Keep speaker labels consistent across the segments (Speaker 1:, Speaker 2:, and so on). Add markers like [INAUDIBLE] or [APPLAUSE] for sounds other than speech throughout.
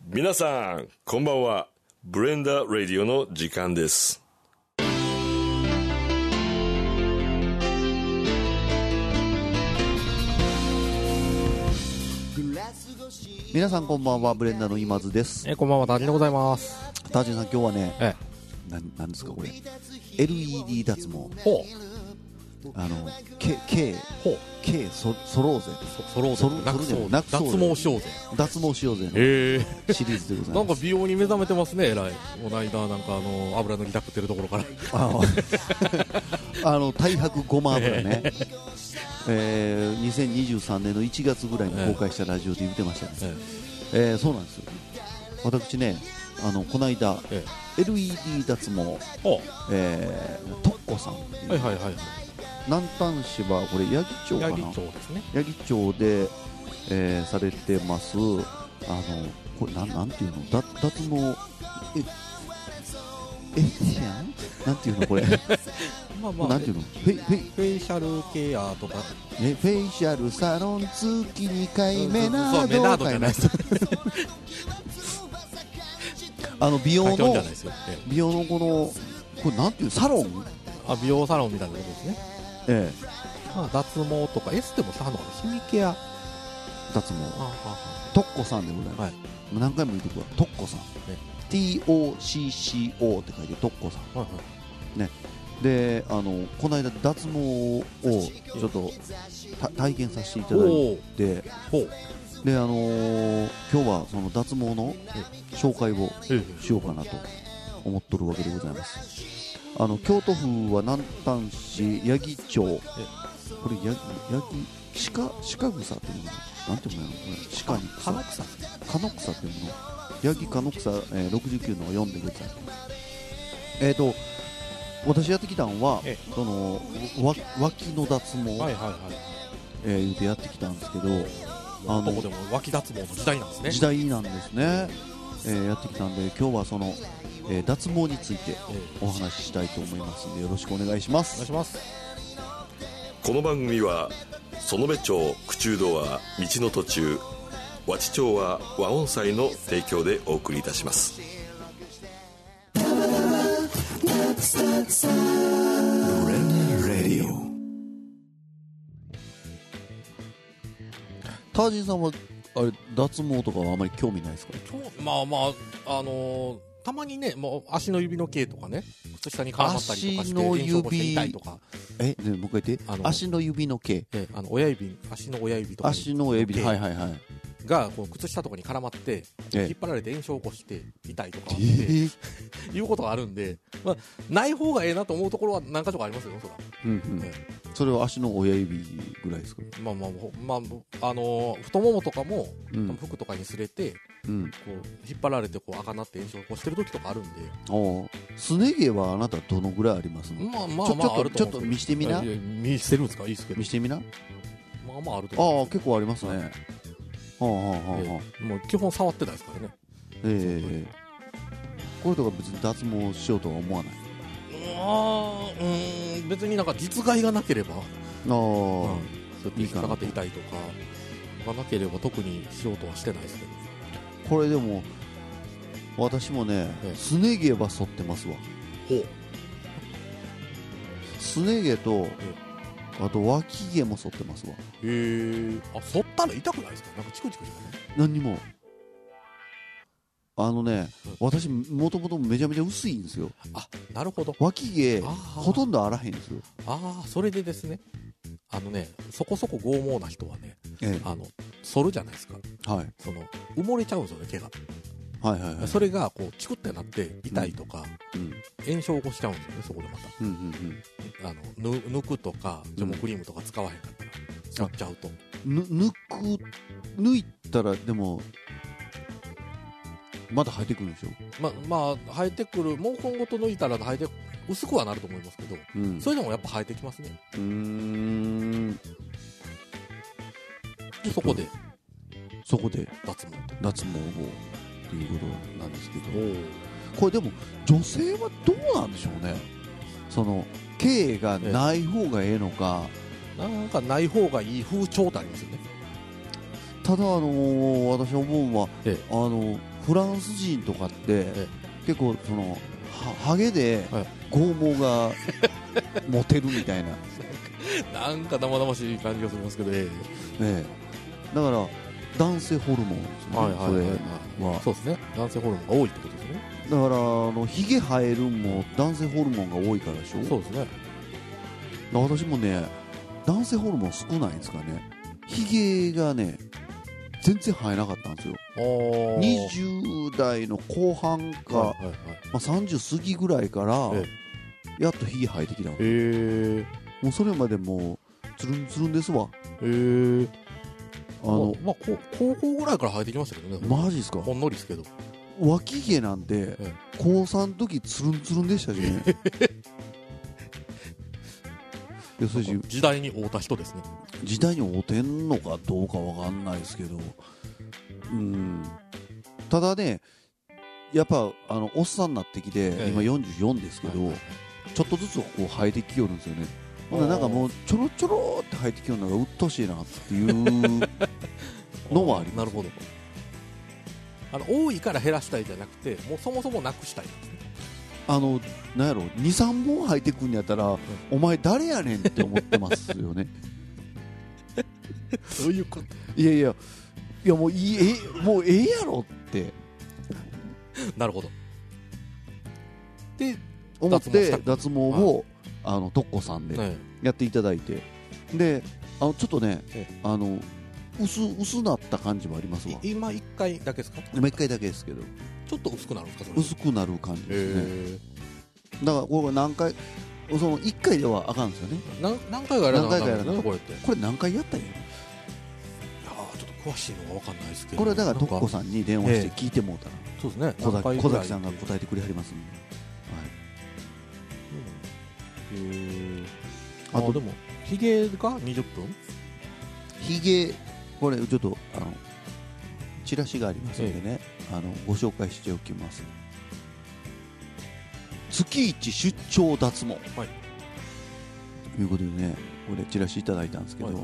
Speaker 1: 皆さん、こんばんは。ブレンダーラディオの時間です。
Speaker 2: 皆さんこんばんはブレンダーの今津です
Speaker 3: えこんばんは、ダニでございます。
Speaker 2: タージンさん今日はね
Speaker 3: え
Speaker 2: ななんですかこれ LED 脱毛
Speaker 3: ほ
Speaker 2: あの K K
Speaker 3: ほう
Speaker 2: K そ揃うぜ
Speaker 3: う、そろうぜ
Speaker 2: そろ、
Speaker 3: なくそうぜ、
Speaker 2: なくそうぜ
Speaker 3: 脱毛しようぜ。
Speaker 2: 脱毛しようぜ
Speaker 3: へえ
Speaker 2: のシリーズでござい
Speaker 3: [LAUGHS]
Speaker 2: ま
Speaker 3: なん
Speaker 2: す
Speaker 3: か美容に目覚めてますね、えらい。この間、なんかあの、油塗りたくってると
Speaker 2: [LAUGHS]
Speaker 3: ころから。
Speaker 2: あああの [LAUGHS] 大白ごま油ね、えー、2023年の1月ぐらいに公開したラジオで言ってましたね、
Speaker 3: え
Speaker 2: えーそうなんですよ私ねあのこの間
Speaker 3: え
Speaker 2: LED 脱毛、
Speaker 3: ほ
Speaker 2: えー、トッコさんっていう
Speaker 3: う。はいはいはい。
Speaker 2: 南丹市はこれ八木町か
Speaker 3: ヤ
Speaker 2: な
Speaker 3: ギ町ですね。
Speaker 2: 八木町で、えーされてますあのこれなんなんていうのだ脱毛えエステアンなんていうのこ
Speaker 3: [LAUGHS]
Speaker 2: れ
Speaker 3: まあま
Speaker 2: なんていうのフェイフェイ
Speaker 3: フェイシャルケアとか。
Speaker 2: ね、フェイシャルサロン月2回目な
Speaker 3: そう、メナードじゃないです。 [LAUGHS]
Speaker 2: あの美容
Speaker 3: 書き込ん
Speaker 2: の
Speaker 3: じゃな
Speaker 2: [LAUGHS]
Speaker 3: いですよ。ええ
Speaker 2: 美容のこのこれなんていうサロン、
Speaker 3: あ、美容サロンみたいなことですね。
Speaker 2: ええ、
Speaker 3: まあ、脱毛とか、エステもしたのかな。シミケア。
Speaker 2: 脱毛トッコさんでございます、
Speaker 3: は
Speaker 2: もう何回も言うとくわトッコさん、
Speaker 3: え
Speaker 2: TOCCO って書いてトッコさん
Speaker 3: はいはい。
Speaker 2: であのこの間脱毛をちょっとた体験させていただい
Speaker 3: おー
Speaker 2: て
Speaker 3: ほう。
Speaker 2: で、あのー今日はその脱毛の紹介を
Speaker 3: え
Speaker 2: しようかなと思っとるわけでございますあの京都府は南丹市八木町これ八木八木鹿鹿草っていうのなんていうのやろこれ鹿に
Speaker 3: カノクサ。
Speaker 2: カノクサっていうのヤギカノクサ、えー、69のを読んでくださいえっ、ー、と私やってきたんは
Speaker 3: え
Speaker 2: そのわ脇の脱毛、
Speaker 3: はいはいはい。
Speaker 2: えー、言うてやってきたんですけどあ
Speaker 3: あ
Speaker 2: の
Speaker 3: の、でも、脇脱毛の時代なんですね。
Speaker 2: 時代なんですね、えーやってきたんで今日はその、えー脱毛について
Speaker 3: ええ
Speaker 2: お話ししたいと思いますんでよろしくお願いしま
Speaker 3: お願い
Speaker 2: す
Speaker 3: します。
Speaker 1: この番組は、園部町口中堂は道の途中、和知町は和音祭の提供でお送りいたします。ブレンダーラディオ。
Speaker 2: タージンさんはあれ脱毛とかはあまり興味ないですか
Speaker 3: そうまあまあ、あのーたまにね、もう足の指の毛とかね、靴下に絡まったりとかして、
Speaker 2: 足の指
Speaker 3: 炎症起こして痛いとか、
Speaker 2: えねもう一回言って
Speaker 3: あの
Speaker 2: 足の指の毛
Speaker 3: えあの親指、足の親指とかに
Speaker 2: 足の指はいはいはい
Speaker 3: がこう靴下とかに絡まって、
Speaker 2: ええ
Speaker 3: 引っ張られて炎症起こして痛いとか
Speaker 2: え
Speaker 3: って、
Speaker 2: ー
Speaker 3: いうことがあるんで、まあ、ない方がええなと思うところは何か所かありますよ、そら。
Speaker 2: うんうん
Speaker 3: え
Speaker 2: それは足の親指ぐらいですか、
Speaker 3: まあまあ、ほまあ、あのー太ももとかも、
Speaker 2: うん
Speaker 3: 服とかに擦れて、こ
Speaker 2: うん、
Speaker 3: う、引っ張られて、こう、赤なって炎症起こしてる時とかあるんで、
Speaker 2: おうすね毛はあなたどのぐらいありますの、
Speaker 3: まあま
Speaker 2: ち
Speaker 3: あ
Speaker 2: ょ
Speaker 3: まあ、ある
Speaker 2: ちょっとちょ
Speaker 3: と思う
Speaker 2: っと
Speaker 3: んで
Speaker 2: 見
Speaker 3: す
Speaker 2: して
Speaker 3: け
Speaker 2: み
Speaker 3: ど
Speaker 2: な、
Speaker 3: いやいや見してるんですかいいですけど
Speaker 2: 見。してみなあ
Speaker 3: まあまああると
Speaker 2: あ
Speaker 3: 思うんです
Speaker 2: 結構ありますねはあはあはあはあ
Speaker 3: けどもう基本触ってないですからね。
Speaker 2: ええこういうとこは別に脱毛しようとは思わない
Speaker 3: あうーん、別になんか実害がなければ、
Speaker 2: ああ、
Speaker 3: うん、そうやって
Speaker 2: い
Speaker 3: 引
Speaker 2: い
Speaker 3: っ
Speaker 2: かな
Speaker 3: かかって痛いとか、がなければ特にしようとはしてないですけど。
Speaker 2: これでも私もね
Speaker 3: ええ
Speaker 2: すね毛は剃ってますわ
Speaker 3: ほう。
Speaker 2: すね毛と
Speaker 3: え
Speaker 2: あと脇毛も剃ってますわ
Speaker 3: へえ。あ、剃ったら痛くないですかなんかチクチクしますね。
Speaker 2: 何にもあのね私もともとめちゃめちゃ薄いんですよ
Speaker 3: あ、なるほど。
Speaker 2: 脇毛
Speaker 3: あー
Speaker 2: ほとんどあらへんですよ、
Speaker 3: ああ、それでですね。あのね、そこそこ剛毛な人はね、
Speaker 2: え
Speaker 3: あの、剃るじゃないですか。
Speaker 2: えはい、
Speaker 3: その、埋もれちゃうんですよね、毛が。
Speaker 2: はいはいはい
Speaker 3: それが、こう、チクってなって、痛いとか、
Speaker 2: うん
Speaker 3: 炎症を起こしちゃうんですよね、そこでまた。
Speaker 2: うんうん
Speaker 3: あのぬ抜くとか除毛クリームとか使わへんかったら使っちゃうと、
Speaker 2: うんぬ抜く抜いたらでもまだ生えてくるんでしょ、
Speaker 3: ままあ生えてくる毛根ごと抜いたら生えて薄くはなると思いますけど
Speaker 2: うん
Speaker 3: それでもやっぱ生えてきますね
Speaker 2: うーん
Speaker 3: でそこで
Speaker 2: そこで
Speaker 3: 脱毛と
Speaker 2: 脱毛をっていうことなんですけど
Speaker 3: お
Speaker 2: これでも女性はどうなんでしょうねその毛がない方がええのか、
Speaker 3: なんかない方がいい風潮ってありますよね
Speaker 2: ただあのー私思うのは、
Speaker 3: ええ
Speaker 2: あのーフランス人とかって
Speaker 3: え
Speaker 2: 結構そのはハゲで
Speaker 3: はい
Speaker 2: 剛毛がモテるみたい
Speaker 3: [LAUGHS]
Speaker 2: な、ね
Speaker 3: [LAUGHS] なんか生々しい感じがしますけど、え
Speaker 2: え、だから男性ホルモンですね、
Speaker 3: え
Speaker 2: それは
Speaker 3: そうですね男性ホルモンが多いってことですね
Speaker 2: だからあのヒゲ生えるんも男性ホルモンが多いからでしょ
Speaker 3: そうですね
Speaker 2: だから私もね男性ホルモン少ないんですかねヒゲがね全然生えなかったんですよ
Speaker 3: お
Speaker 2: 20代の後半か、
Speaker 3: はいはいはい
Speaker 2: まあ、30過ぎぐらいから
Speaker 3: え
Speaker 2: やっとヒゲ生えてきたの
Speaker 3: えー、
Speaker 2: もうそれまでもうつるんつるんですわ
Speaker 3: えー、
Speaker 2: あ
Speaker 3: あ
Speaker 2: の
Speaker 3: まあこう高校ぐらいから生えてきましたけどね、
Speaker 2: マジですか
Speaker 3: ほんのりですけど
Speaker 2: 脇毛なんて
Speaker 3: え
Speaker 2: 高3の時つるんつるんでしたし
Speaker 3: [LAUGHS]
Speaker 2: ねいやそれし
Speaker 3: 時代に合うた人ですね
Speaker 2: 時代に合うてんのかどうかわかんないですけどうんただねやっぱあのおっさんになってきて、
Speaker 3: え
Speaker 2: 今44ですけど、
Speaker 3: はいはい
Speaker 2: ちょっとずつこう生えてきよるんですよねほんならなんかもうちょろちょろって生えてきよるのがうっとうしいなっていうのはあります
Speaker 3: なるほどあの多いから減らしたいじゃなくてもうそもそもなくしたい
Speaker 2: あのなんやろ23本生えてくんやったら、お前誰やねんって思ってますよね [LAUGHS]
Speaker 3: そういうこと
Speaker 2: いやいやいやもういいえもうええやろって
Speaker 3: [LAUGHS] なるほどで、
Speaker 2: 思っ
Speaker 3: 脱毛してた
Speaker 2: 脱
Speaker 3: く
Speaker 2: 毛を、あのトッコさんで
Speaker 3: ね、
Speaker 2: やっていただいてであのちょっとね
Speaker 3: え
Speaker 2: あの薄薄なった感じもありますわ
Speaker 3: い今一回だけですか
Speaker 2: 今一回だけですけど
Speaker 3: ちょっと薄くなるんですかそれ
Speaker 2: 薄くなる感じですね、
Speaker 3: え
Speaker 2: だからこれ何回その1回ではあかんですよね
Speaker 3: ー、なん何回かやらなあかん
Speaker 2: 何回
Speaker 3: です
Speaker 2: かやらな
Speaker 3: ねこれっていや
Speaker 2: これ何回やったんや
Speaker 3: ーちょっと詳しいのが分かんないですけど
Speaker 2: これはだからトッコ
Speaker 3: ん
Speaker 2: さんに電話して聞いてもうたら
Speaker 3: そうですね
Speaker 2: 小
Speaker 3: 何回
Speaker 2: 崎
Speaker 3: ぐ
Speaker 2: 小
Speaker 3: らい
Speaker 2: 崎さんが答えてくれはりますんで、
Speaker 3: うんえー、
Speaker 2: はい、
Speaker 3: あ
Speaker 2: あ
Speaker 3: で
Speaker 2: と
Speaker 3: もヒゲが20分
Speaker 2: ひげこれちょっとあのチラシがありますんでね、あのご紹介しておきます月一出張脱毛、
Speaker 3: はい
Speaker 2: ということでねこれチラシいただいたんですけど、
Speaker 3: はい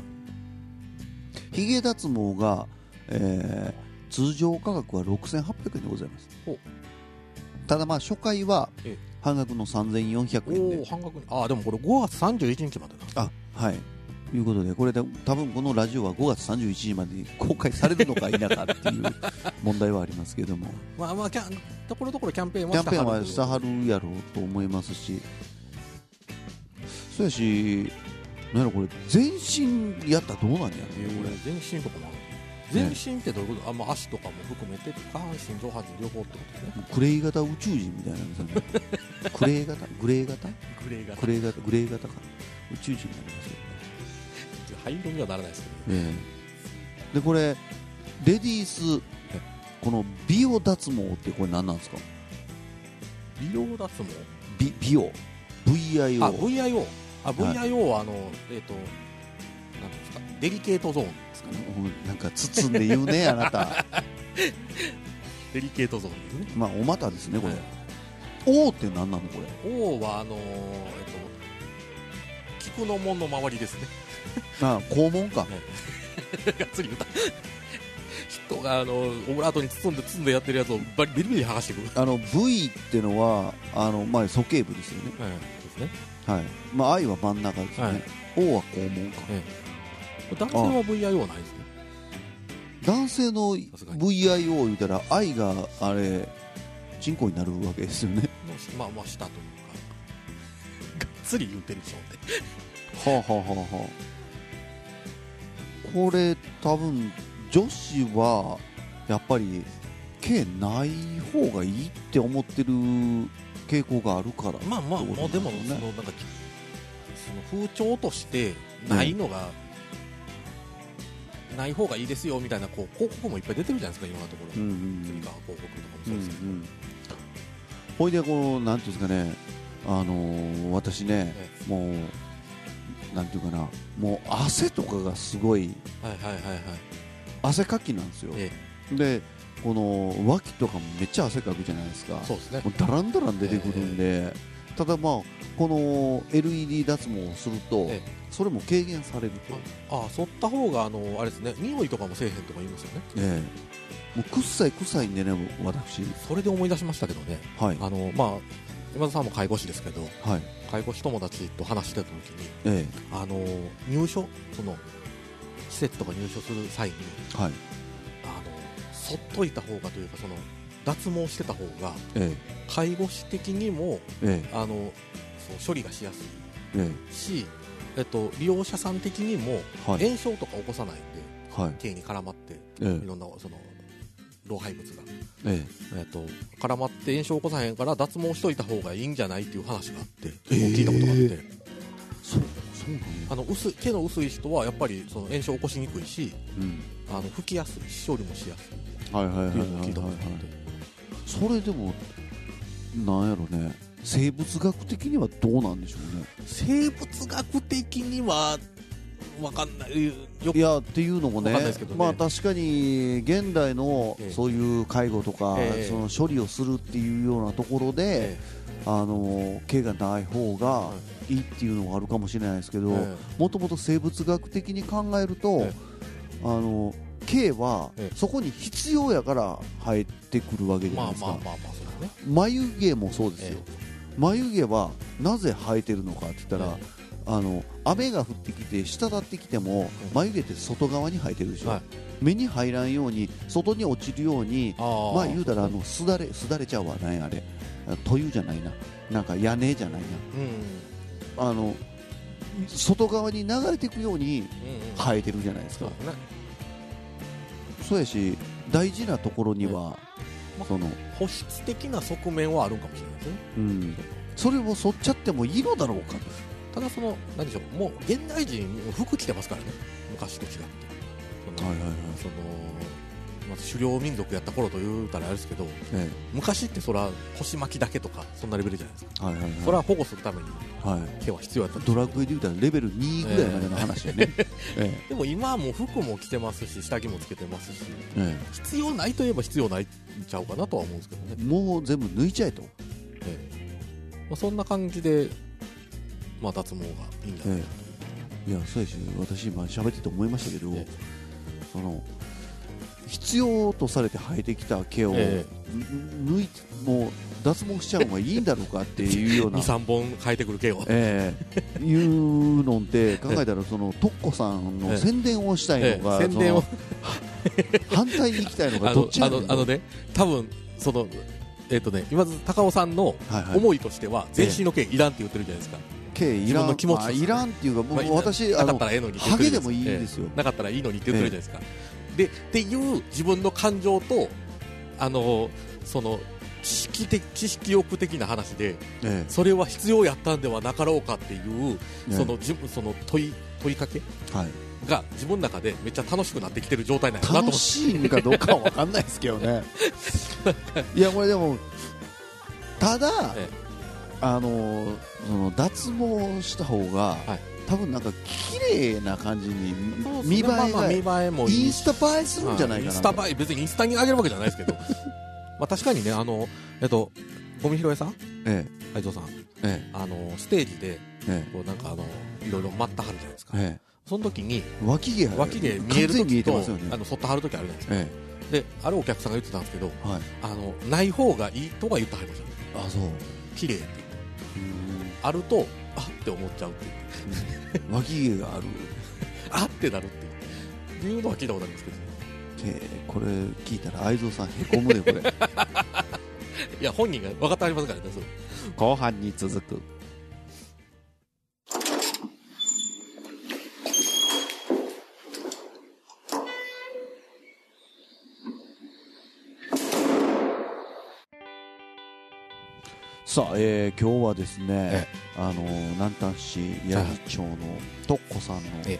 Speaker 2: ひげ脱毛が、えー通常価格は6800円でございます
Speaker 3: ほう
Speaker 2: ただまあ初回は
Speaker 3: ええ
Speaker 2: 半額の3400円で
Speaker 3: おお半額にああでもこれ5月31日までな
Speaker 2: あはいということでこれで多分このラジオは5月31日までに公開されるのか否かって [LAUGHS] いう問題はありますけども
Speaker 3: まあまあキャンところどころキャンペーンは
Speaker 2: キャンペーンは
Speaker 3: し
Speaker 2: したた
Speaker 3: は
Speaker 2: は
Speaker 3: る
Speaker 2: るやろうと思いますしそうやしなんやろこれ全身やったらどうなんやろ
Speaker 3: という
Speaker 2: こ
Speaker 3: 全身とかもある全身ってどういうこと、あまあ足とかも含めて下半身上半身両方ってことですね
Speaker 2: れクレイ型宇宙人みたいなんですよね [LAUGHS] クレイ型グレー型
Speaker 3: グレーが
Speaker 2: クレイ型グレー型か宇宙人になりますよね
Speaker 3: 灰色にはならないですけど
Speaker 2: ええでこれレディース
Speaker 3: え
Speaker 2: この美容脱毛ってこれ何なんですか
Speaker 3: 美容脱毛
Speaker 2: 美美容 VIO
Speaker 3: あ VIO あ
Speaker 2: はい
Speaker 3: VIO はあの、えっ、となんていうんですかデリケートゾーンですかね
Speaker 2: うんなんか包んで言う
Speaker 3: [LAUGHS]
Speaker 2: ねあなた
Speaker 3: デリケートゾーンですね
Speaker 2: まあお股ですねこれ
Speaker 3: はい
Speaker 2: O って何なのこれ
Speaker 3: O はあのーえっ、と菊の門の周りですね
Speaker 2: あ肛門か
Speaker 3: がっつり言うた人があのオブラートに包んで包んでやってるやつをバリビリビリ剥がしてくる、
Speaker 2: あの V ってのはあのまあ鼠径部ですよね
Speaker 3: はい、ですね
Speaker 2: はいまあ I は真ん中ですよね、O は肛門か
Speaker 3: 男性は VIO はないですね
Speaker 2: 男性の
Speaker 3: さすがに
Speaker 2: VIO 言うたら I があれチンコになるわけですよね
Speaker 3: のしまあまあしたというかがっつり言うてるでしょうね
Speaker 2: はあはあはあはあこれ多分女子はやっぱり毛ない方がいいって思ってる傾向があるから
Speaker 3: まあまあ、
Speaker 2: って
Speaker 3: も
Speaker 2: こ
Speaker 3: うで
Speaker 2: と
Speaker 3: も
Speaker 2: なん
Speaker 3: そ
Speaker 2: す
Speaker 3: の
Speaker 2: ね
Speaker 3: なんかその風潮としてないのが、ない方がいいですよみたいなこう広告もいっぱい出てるじゃないですか今のとこ
Speaker 2: う
Speaker 3: ろ、うんん、
Speaker 2: うん
Speaker 3: ツイッター広告とかも
Speaker 2: う
Speaker 3: そ
Speaker 2: んう
Speaker 3: うん
Speaker 2: う
Speaker 3: ですけど、
Speaker 2: んほいでこうなんていうんですかねあのー私ね
Speaker 3: え
Speaker 2: もうなんていうかなもう汗とかがすごい
Speaker 3: はいはいはいはい
Speaker 2: 汗かきなんですよ
Speaker 3: え
Speaker 2: でこの脇とかもめっちゃ汗かくじゃないですか
Speaker 3: そうですね
Speaker 2: もうダランダラン出てくるんで、ただまあこの LED 脱毛をすると、
Speaker 3: ええ
Speaker 2: それも軽減されると、
Speaker 3: ああ剃った方があのあれですね匂いとかもせえへんとか言いますよね
Speaker 2: ええもうくっさいくさいんでねもう私
Speaker 3: それで思い出しましたけどね
Speaker 2: はい
Speaker 3: あの、まあ、今田さんも介護士ですけど
Speaker 2: はい
Speaker 3: 介護士友達と話してた時に
Speaker 2: え
Speaker 3: あの入所その施設とか入所する際に
Speaker 2: えはい
Speaker 3: あのそっといた方がというかその脱毛してた方が
Speaker 2: え
Speaker 3: 介護士的にも
Speaker 2: ええ
Speaker 3: あのそう処理がしやす
Speaker 2: ええ
Speaker 3: いし、えっと、利用者さん的にも
Speaker 2: えはい
Speaker 3: 炎症とか起こさないんで
Speaker 2: はい
Speaker 3: 毛に絡まって
Speaker 2: ええ
Speaker 3: いろんなその老廃物が、
Speaker 2: え
Speaker 3: えっと、絡まって炎症起こさへんから脱毛しといた方がいいんじゃないっていう話があって
Speaker 2: え
Speaker 3: 聞いたことがあって、
Speaker 2: えそうそうなんや
Speaker 3: あの薄い毛の薄い人はやっぱりその炎症起こしにくいし
Speaker 2: うん
Speaker 3: あの拭きやすいし処理もしやすいっ
Speaker 2: はいはいはい
Speaker 3: てい
Speaker 2: は
Speaker 3: うのを聞
Speaker 2: い
Speaker 3: いた
Speaker 2: は
Speaker 3: こ
Speaker 2: い
Speaker 3: とがあって
Speaker 2: それでもなんやろね生物学的にはどうなんでしょうね
Speaker 3: 生物学的には分かんないよ
Speaker 2: いやっていうのもね
Speaker 3: わかんないですけどね
Speaker 2: まあ確かに現代の
Speaker 3: ええ
Speaker 2: そういう介護とか、
Speaker 3: ええ
Speaker 2: その処理をするっていうようなところで、
Speaker 3: え
Speaker 2: あの毛がない方がいいっていうのがあるかもしれないですけど、
Speaker 3: え
Speaker 2: もともと生物学的に考えると、
Speaker 3: ええ
Speaker 2: あの毛は
Speaker 3: ええ
Speaker 2: そこに必要やから生えてくるわけじゃ
Speaker 3: ま
Speaker 2: な
Speaker 3: あ
Speaker 2: いですか、
Speaker 3: まあまあまあそうだね
Speaker 2: 眉毛もそうですよ、眉毛はなぜ生えてるのかって言ったら、
Speaker 3: え
Speaker 2: あの雨が降ってきて滴ってきても
Speaker 3: ええ
Speaker 2: 眉毛って外側に生えてるでしょ、
Speaker 3: はい
Speaker 2: 目に入らんように外に落ちるように
Speaker 3: あー
Speaker 2: まあ言うたらあのすだれすだれちゃうわなんやあれあというじゃないななんか屋根じゃない
Speaker 3: うんうん
Speaker 2: なあの外側に流れていくように
Speaker 3: うん
Speaker 2: 生えてるじゃないです
Speaker 3: そ
Speaker 2: か
Speaker 3: うだね
Speaker 2: そうやし大事なところには、
Speaker 3: ええ
Speaker 2: その
Speaker 3: 保湿的な側面はあるんかもしれないですね
Speaker 2: うんそれを剃っちゃってもいいのだろうか
Speaker 3: ただその何でしょうもう現代人服着てますからね昔と違ってその,、
Speaker 2: はいはいはい
Speaker 3: そのまあ、狩猟民族やった頃というたらあれですけど
Speaker 2: え
Speaker 3: 昔ってそら腰巻きだけとかそんなレベルじゃないですか、
Speaker 2: えはいはいはい
Speaker 3: それは保護するために
Speaker 2: はい
Speaker 3: 毛は必要だったんですけ
Speaker 2: ド
Speaker 3: ど
Speaker 2: ラクエで言うたらレベル2ぐらいまでの話やね、ええ
Speaker 3: でも今はもう服も着てますし下着もつけてますし
Speaker 2: え
Speaker 3: 必要ないといえば必要ないんちゃうかなとは思うんですけどね
Speaker 2: え、もう全部抜いちゃえと、
Speaker 3: まあ、そんな感じで、まあ、脱毛がいいんじゃないか
Speaker 2: いやそうやし私今喋ってて思いましたけど、
Speaker 3: ええ
Speaker 2: その必要とされて生えてきた毛を、
Speaker 3: え
Speaker 2: 抜いてもう脱毛しちゃうのがいいんだろうかっていうよう
Speaker 3: [LAUGHS] な
Speaker 2: な
Speaker 3: 23本変えてくる毛を、
Speaker 2: ええいうのって考えたらそ
Speaker 3: [LAUGHS]
Speaker 2: のトッコさん
Speaker 3: え
Speaker 2: の
Speaker 3: え
Speaker 2: 宣伝をしたい
Speaker 3: え
Speaker 2: のが、
Speaker 3: え宣伝を
Speaker 2: その反対に行きたいの
Speaker 3: あ
Speaker 2: がど
Speaker 3: の
Speaker 2: っち
Speaker 3: あ
Speaker 2: やね
Speaker 3: の
Speaker 2: ん
Speaker 3: あのね多分そのえっ、とね今ず高尾さんの
Speaker 2: はいはい
Speaker 3: 思いとしては全身の毛いらんって言ってるじゃないですか、
Speaker 2: 毛い
Speaker 3: 自
Speaker 2: ら
Speaker 3: 分の
Speaker 2: ん
Speaker 3: 気持ち
Speaker 2: まあ
Speaker 3: です
Speaker 2: い
Speaker 3: ね
Speaker 2: らんっていうか、僕
Speaker 3: まあ
Speaker 2: 私あ
Speaker 3: なかっ
Speaker 2: の
Speaker 3: たらええのにって言
Speaker 2: ハ
Speaker 3: って
Speaker 2: ゲ
Speaker 3: るじ
Speaker 2: で
Speaker 3: ゃな
Speaker 2: もいい
Speaker 3: ですか
Speaker 2: ですよ
Speaker 3: ええ、なかったらいいのにって言ってるじゃないですか、でっていう自分の感情とあのその知識的知識欲的な話で
Speaker 2: え
Speaker 3: それは必要やったんではなかろうかっていう、
Speaker 2: え
Speaker 3: その自分その問い問いかけ
Speaker 2: はい、
Speaker 3: が自分の中でめっちゃ楽しくなってきてる状態なんやなと思
Speaker 2: 楽
Speaker 3: って
Speaker 2: しいのかどうかは分かんないですけど
Speaker 3: [LAUGHS]
Speaker 2: ねいやこれでもただ、
Speaker 3: ええ
Speaker 2: あのその脱毛した方が、
Speaker 3: はい
Speaker 2: 多分なんか綺麗な感じに
Speaker 3: そう
Speaker 2: 見栄え
Speaker 3: まあまあ
Speaker 2: が
Speaker 3: 見栄えもいい
Speaker 2: インスタ映えするんじゃないかな
Speaker 3: インス
Speaker 2: と
Speaker 3: タ映え別にインスタに上げるわけじゃないですけ
Speaker 2: [LAUGHS]
Speaker 3: どまあ確かにねあのえっとゴミ拾いさん
Speaker 2: え
Speaker 3: 会長さん
Speaker 2: ええ
Speaker 3: あのステージで
Speaker 2: ええ
Speaker 3: こうなんかあのいろいろ待ったはるじゃないですか、
Speaker 2: ええ
Speaker 3: その時に
Speaker 2: え脇毛
Speaker 3: 脇で見え
Speaker 2: 完
Speaker 3: る
Speaker 2: 全に見えて
Speaker 3: 時と
Speaker 2: ますよね
Speaker 3: あのそったはる時あるじゃないですか
Speaker 2: え
Speaker 3: であるお客さんが言ってたんですけど
Speaker 2: えはい
Speaker 3: あのない方がいいとは言ってはりましたね
Speaker 2: あそう
Speaker 3: 綺麗ってあるとあって思っちゃうっていう
Speaker 2: うん脇毛がある
Speaker 3: あってなるっていうっていうのは聞いたことありますけど
Speaker 2: ってこれ聞いたら愛蔵さんへこむねこれ
Speaker 3: いや本人が分かってありますからねそれ
Speaker 2: 後半に続くさあ、えー今日はですね
Speaker 3: え、
Speaker 2: あのー南丹市八木町のとっこさんの
Speaker 3: え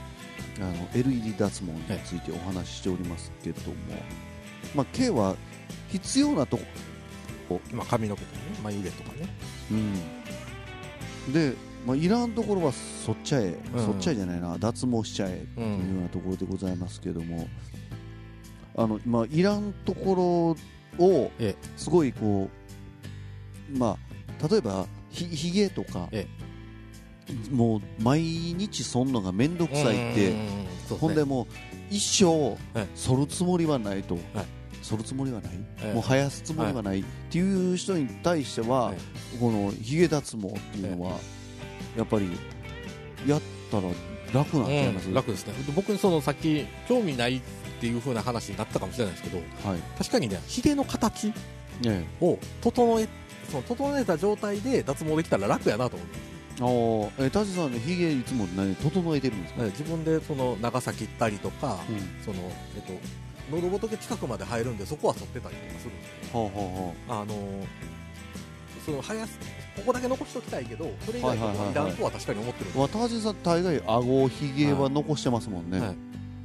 Speaker 2: あの LED 脱毛についてお話ししておりますけれども、まあ、K は必要なとこ
Speaker 3: まあ髪の毛とかね眉毛とかね
Speaker 2: うん、で、まあ、いらんところはそっちゃえ、
Speaker 3: うん
Speaker 2: そっちゃえじゃないな脱毛しちゃえ
Speaker 3: う
Speaker 2: というようなところでございますけれども、あのまあ、いらんところを
Speaker 3: え
Speaker 2: すごいこう、まあ、例えばひひげとか
Speaker 3: え
Speaker 2: もう毎日そんのが面倒くさいって
Speaker 3: うんそうすね
Speaker 2: ほんでもう一生
Speaker 3: はい
Speaker 2: 剃るつもりはないと、
Speaker 3: はい
Speaker 2: 剃るつもりはない、
Speaker 3: ええ
Speaker 2: もう生やすつもりはない、っていう人に対しては、
Speaker 3: え
Speaker 2: このヒゲ脱毛っていうのは、やっぱりやったら楽なんちゃいます、
Speaker 3: うん楽ですねで僕そのさっき興味ないっていう風な話になったかもしれないですけど
Speaker 2: はい
Speaker 3: 確かにねヒゲの形
Speaker 2: ね
Speaker 3: を整えその整えた状態で脱毛できたら楽やなと思って
Speaker 2: えあーえ田地さんねヒゲいつも何整えてるんですか、
Speaker 3: 自分でその長さ切ったりとか、
Speaker 2: うんは
Speaker 3: そのえっと喉仏近くまで入るんでそこは剃ってたりとかするんです
Speaker 2: あはあは
Speaker 3: あのその生やすここだけ残しておきたいけどそれ以外のとこいらんとは確かに思ってるん
Speaker 2: あわ田地さん大概顎ひげは残してますもんね、
Speaker 3: はい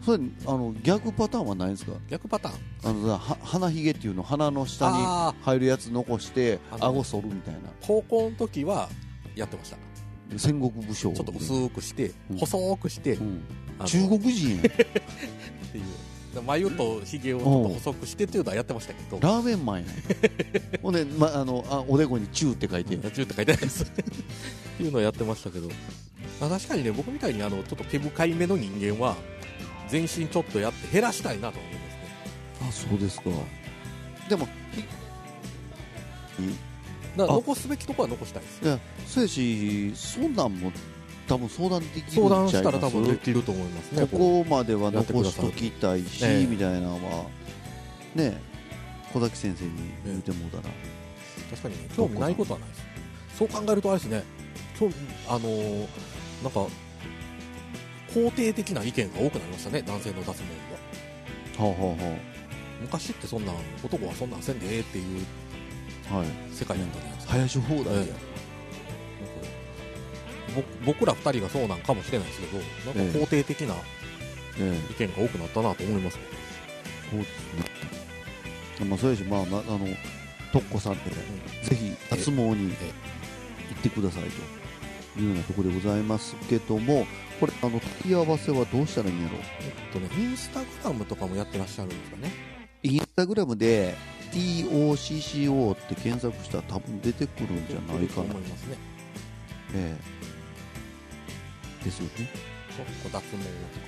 Speaker 2: それあの逆パターンはないんですか
Speaker 3: 逆パターン
Speaker 2: あのは鼻ひげっていうの鼻の下に
Speaker 3: あ
Speaker 2: 入るやつ残して
Speaker 3: あの
Speaker 2: 顎剃るみたいな
Speaker 3: ー高校の時はやってましたち
Speaker 2: 戦国武将
Speaker 3: ょっと薄くして、
Speaker 2: うん
Speaker 3: 細くして、
Speaker 2: うん
Speaker 3: あの
Speaker 2: 中国人やん
Speaker 3: っていう眉とひげをちょっと細くしてっていうのはやってましたけど
Speaker 2: ラーメンマンやん [LAUGHS] ほんで、ま、あのあおでこに「中」って書いて
Speaker 3: ラジオって書いてないです [LAUGHS] っていうのをやってましたけどあ確かにね僕みたいにあのちょっと毛深い目の人間は全身ちょっとやって減らしたいなと思いますね
Speaker 2: あそうですかでもひ
Speaker 3: だから
Speaker 2: あ
Speaker 3: 残すべきとこは残したいです
Speaker 2: いやそうやし相談も多分相談できる
Speaker 3: 相
Speaker 2: ん
Speaker 3: 談
Speaker 2: ちゃい
Speaker 3: し
Speaker 2: ま
Speaker 3: た
Speaker 2: す
Speaker 3: ら多分できると思います
Speaker 2: こ
Speaker 3: ね
Speaker 2: こまでは残しときたいし、
Speaker 3: やってください
Speaker 2: みたいなのはね小崎先生に言うてもうたら、
Speaker 3: 確かにね興味ないことはないですそう考えるとあれですね興味あのーなんか肯定的な意見が多くなりましたね男性の脱毛は
Speaker 2: はあはあは
Speaker 3: 昔ってそんなん男はそんなんせんでええっていう
Speaker 2: あはい
Speaker 3: 世界だったじゃないですか、
Speaker 2: 林放題や、
Speaker 3: えぼ僕ら二人がそうなんかもしれないですけどなんか肯定的な
Speaker 2: ええ
Speaker 3: 意見が多くなったなと思います、
Speaker 2: そうですね。まあ、そうやし、まあ、なあの、とっこさんって、ぜひ脱毛に行
Speaker 3: え
Speaker 2: ってくださいというようなところでございますけども、これ、あの、付き合わせはどうしたらいいんやろう。
Speaker 3: えっとねインスタグラムとかもやってらっしゃるんですかね
Speaker 2: インスタグラムで、TOCCO って検索したら多分出てくるんじゃないかな
Speaker 3: と思。いますね
Speaker 2: ええですよね。
Speaker 3: ちょっと脱毛とか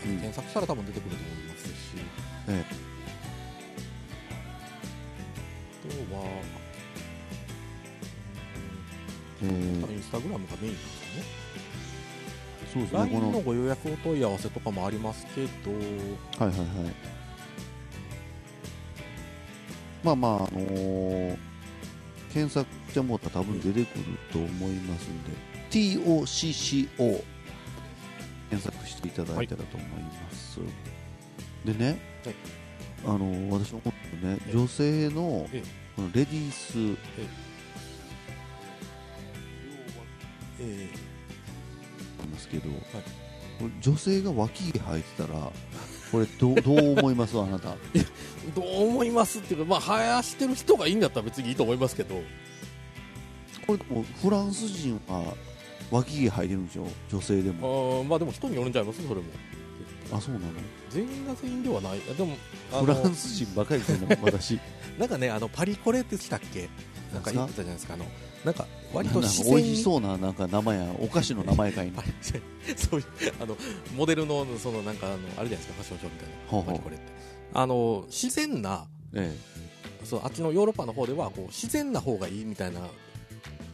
Speaker 2: うん
Speaker 3: 検索したら多分出てくると思いますし、
Speaker 2: ええ
Speaker 3: あとは、
Speaker 2: え
Speaker 3: うん
Speaker 2: え
Speaker 3: インスタグラムがメインですかね
Speaker 2: そうですね、こ
Speaker 3: LINE
Speaker 2: の
Speaker 3: の、ご予約お問い合わせとかもありますけど、
Speaker 2: はいはいはい。まあまあ、あのー検索してもうたら多分出てくると思いますんで、TOCCO 検索していただいたらと思います。でね、
Speaker 3: はい
Speaker 2: あのー私思ってね
Speaker 3: え、え
Speaker 2: 女性の
Speaker 3: ええ
Speaker 2: このレディース、
Speaker 3: ええ
Speaker 2: なんですけど、これ女性が脇毛生えてたら、これどう、どう思います [LAUGHS] あなた。
Speaker 3: ーどう思いますっていうか、まあ、生やしてる人がいいんだったら別にいいと思いますけど、
Speaker 2: これでもフランス人は脇毛生えてるんでしょ女性で
Speaker 3: あ
Speaker 2: も
Speaker 3: ーまあ、でも人によるんちゃいます、それも。
Speaker 2: あそうなの
Speaker 3: 全員が全員ではない、いやでも、あ
Speaker 2: フ
Speaker 3: の
Speaker 2: ランス人ばかりですね私
Speaker 3: なんかね、あのパリコレってしたっけ、なんか言ってたじゃないですか、あのなんか割
Speaker 2: な
Speaker 3: と
Speaker 2: んか
Speaker 3: 自
Speaker 2: 美
Speaker 3: 然
Speaker 2: 味し
Speaker 3: に
Speaker 2: そうななんか名前やお菓子の名前かい
Speaker 3: [LAUGHS]
Speaker 2: な
Speaker 3: あれそういうあのモデルのそのなんかあのあれじゃないですかファッションショーみたいな
Speaker 2: ほうほう
Speaker 3: パリコレってあの自然な
Speaker 2: え
Speaker 3: そうあっちのヨーロッパの方ではこう自然な方がいいみたいな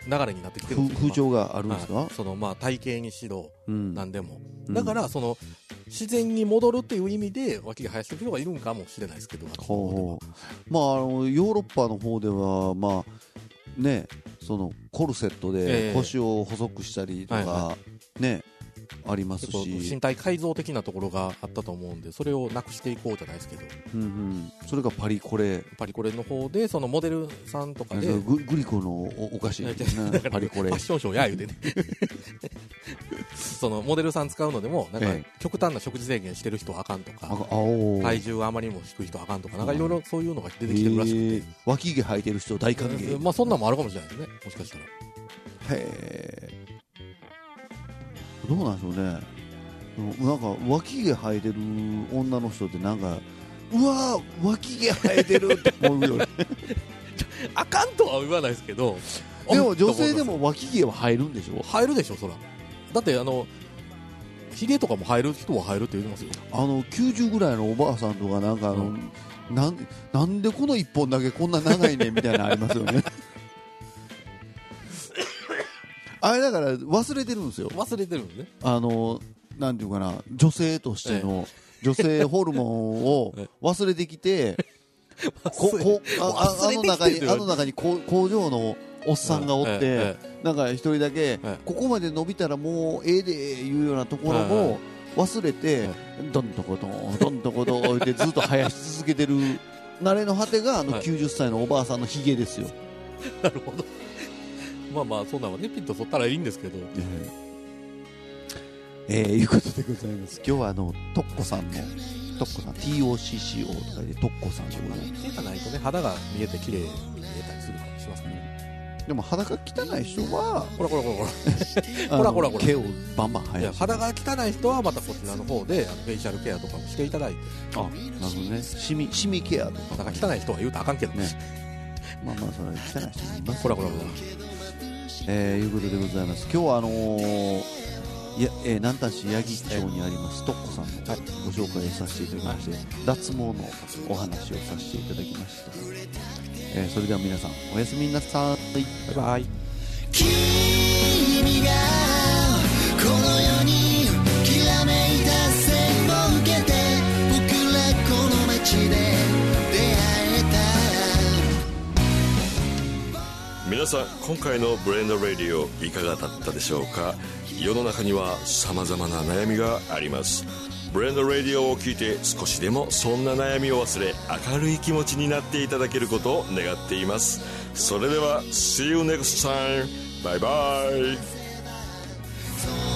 Speaker 3: 流れになってき
Speaker 2: え
Speaker 3: てる
Speaker 2: ふ
Speaker 3: んです
Speaker 2: 風
Speaker 3: よ
Speaker 2: 潮があるん
Speaker 3: ま
Speaker 2: で
Speaker 3: あ
Speaker 2: す
Speaker 3: は
Speaker 2: か
Speaker 3: いそのまあ体型にしろ
Speaker 2: うん
Speaker 3: 何でも、
Speaker 2: うん
Speaker 3: だからその自然に戻るっていう意味で脇が生やしてる人がいるんかもしれないですけど
Speaker 2: ほうほうまああのヨーロッパの方ではまあねそのコルセット
Speaker 3: ええ
Speaker 2: で腰を細くしたりと
Speaker 3: はい
Speaker 2: か
Speaker 3: は
Speaker 2: ねあります
Speaker 3: 結構
Speaker 2: し
Speaker 3: 身体改造的なところがあったと思うんでそれをなくしていこうじゃないですけど
Speaker 2: うんうんそれがパリコレ
Speaker 3: パリコレの方でそのモデルさんとか
Speaker 2: なん
Speaker 3: で
Speaker 2: かググリコのおお菓子
Speaker 3: いや
Speaker 2: ね
Speaker 3: いや [LAUGHS] だから
Speaker 2: パリコレ
Speaker 3: ファッションショーや言
Speaker 2: [LAUGHS]
Speaker 3: うてねそのモデルさん使うのでもなんか
Speaker 2: え
Speaker 3: 極端な食事制限してる人はあかんと
Speaker 2: あ
Speaker 3: か
Speaker 2: 青
Speaker 3: 体重あまりにも低い人はあかんとかなんかいろいろそういうのが出てきてるらしくて、
Speaker 2: えー脇毛生えてる人大歓迎、
Speaker 3: まあそんなんもあるかもしれないですねもしかしたら
Speaker 2: へえどうなんでしょうねうんなんか脇毛生えてる女の人ってなんかうわー脇毛生えてるって思 [LAUGHS] うよね
Speaker 3: あかんとは言わないですけど
Speaker 2: で
Speaker 3: お
Speaker 2: も
Speaker 3: っと
Speaker 2: 女
Speaker 3: 思います
Speaker 2: 性でも脇毛は生えるんでしょ
Speaker 3: 生えるでしょそらだってあのヒゲとかも生える人は生えるって言ってますよ
Speaker 2: あの90ぐらいのおばあさんとかなんかあの、なんなんでこの1本だけこんな長いねんみたいなのありますよ [LAUGHS] ねあれだから忘れてるんですよ
Speaker 3: 忘れてるんね
Speaker 2: あのなんていうかな女性としての女性ホルモンを
Speaker 3: え
Speaker 2: 忘れてきてこ
Speaker 3: 忘れ
Speaker 2: こあああの中
Speaker 3: 忘れて
Speaker 2: に
Speaker 3: きてる
Speaker 2: あの中に工工場のおっさんがおって、
Speaker 3: えええ
Speaker 2: なんか一人だけ、
Speaker 3: え
Speaker 2: ここまで伸びたらもうええでいうようなところ
Speaker 3: はいは
Speaker 2: も忘れて、
Speaker 3: は
Speaker 2: どんとこどんどんとこどんってずっと生やし続けてる慣れの果てがあの
Speaker 3: はい
Speaker 2: 90歳のおばあさんのひげですよ、
Speaker 3: なるほどまあまあそんなんはねピッと取ったらいいんですけど
Speaker 2: えー、いうことでございます今日はあのトッコさんのトッコさん TOCCO とかでトッコさんでございます
Speaker 3: 手がないとね肌が見えて綺麗に見えたりするかもしれませんね
Speaker 2: でも裸汚い人は
Speaker 3: ほらほらほらほら
Speaker 2: あの
Speaker 3: ほらほら
Speaker 2: 毛をバンバン生
Speaker 3: い
Speaker 2: や
Speaker 3: や
Speaker 2: し
Speaker 3: 肌が汚い人はまたこちらの方であのフェイシャルケアとかもしていただいて
Speaker 2: あなるほどねシミシミケアとか
Speaker 3: なんか汚い人は言うとあかんけど
Speaker 2: ねまあまあそれは汚い人もいます
Speaker 3: ほらほらほら
Speaker 2: えー、いうことでございます今日はあのーいやえー、南丹市八木町にありますトッコさんのご紹介をさせていただきまして、脱毛のお話をさせていただきました、えーそれでは皆さんおやすみなさい
Speaker 3: バイバイ
Speaker 4: 君がこの世にきらめいた線を受けて僕らこの街で出会えた
Speaker 1: 皆さん今回の「ブレンド・レディオ」いかがだったでしょうか世の中にはさまざまな悩みがありますブレンド・レディオを聞いて少しでもそんな悩みを忘れ明るい気持ちになっていただけることを願っていますそれでは See you next time バイバイ
Speaker 4: 空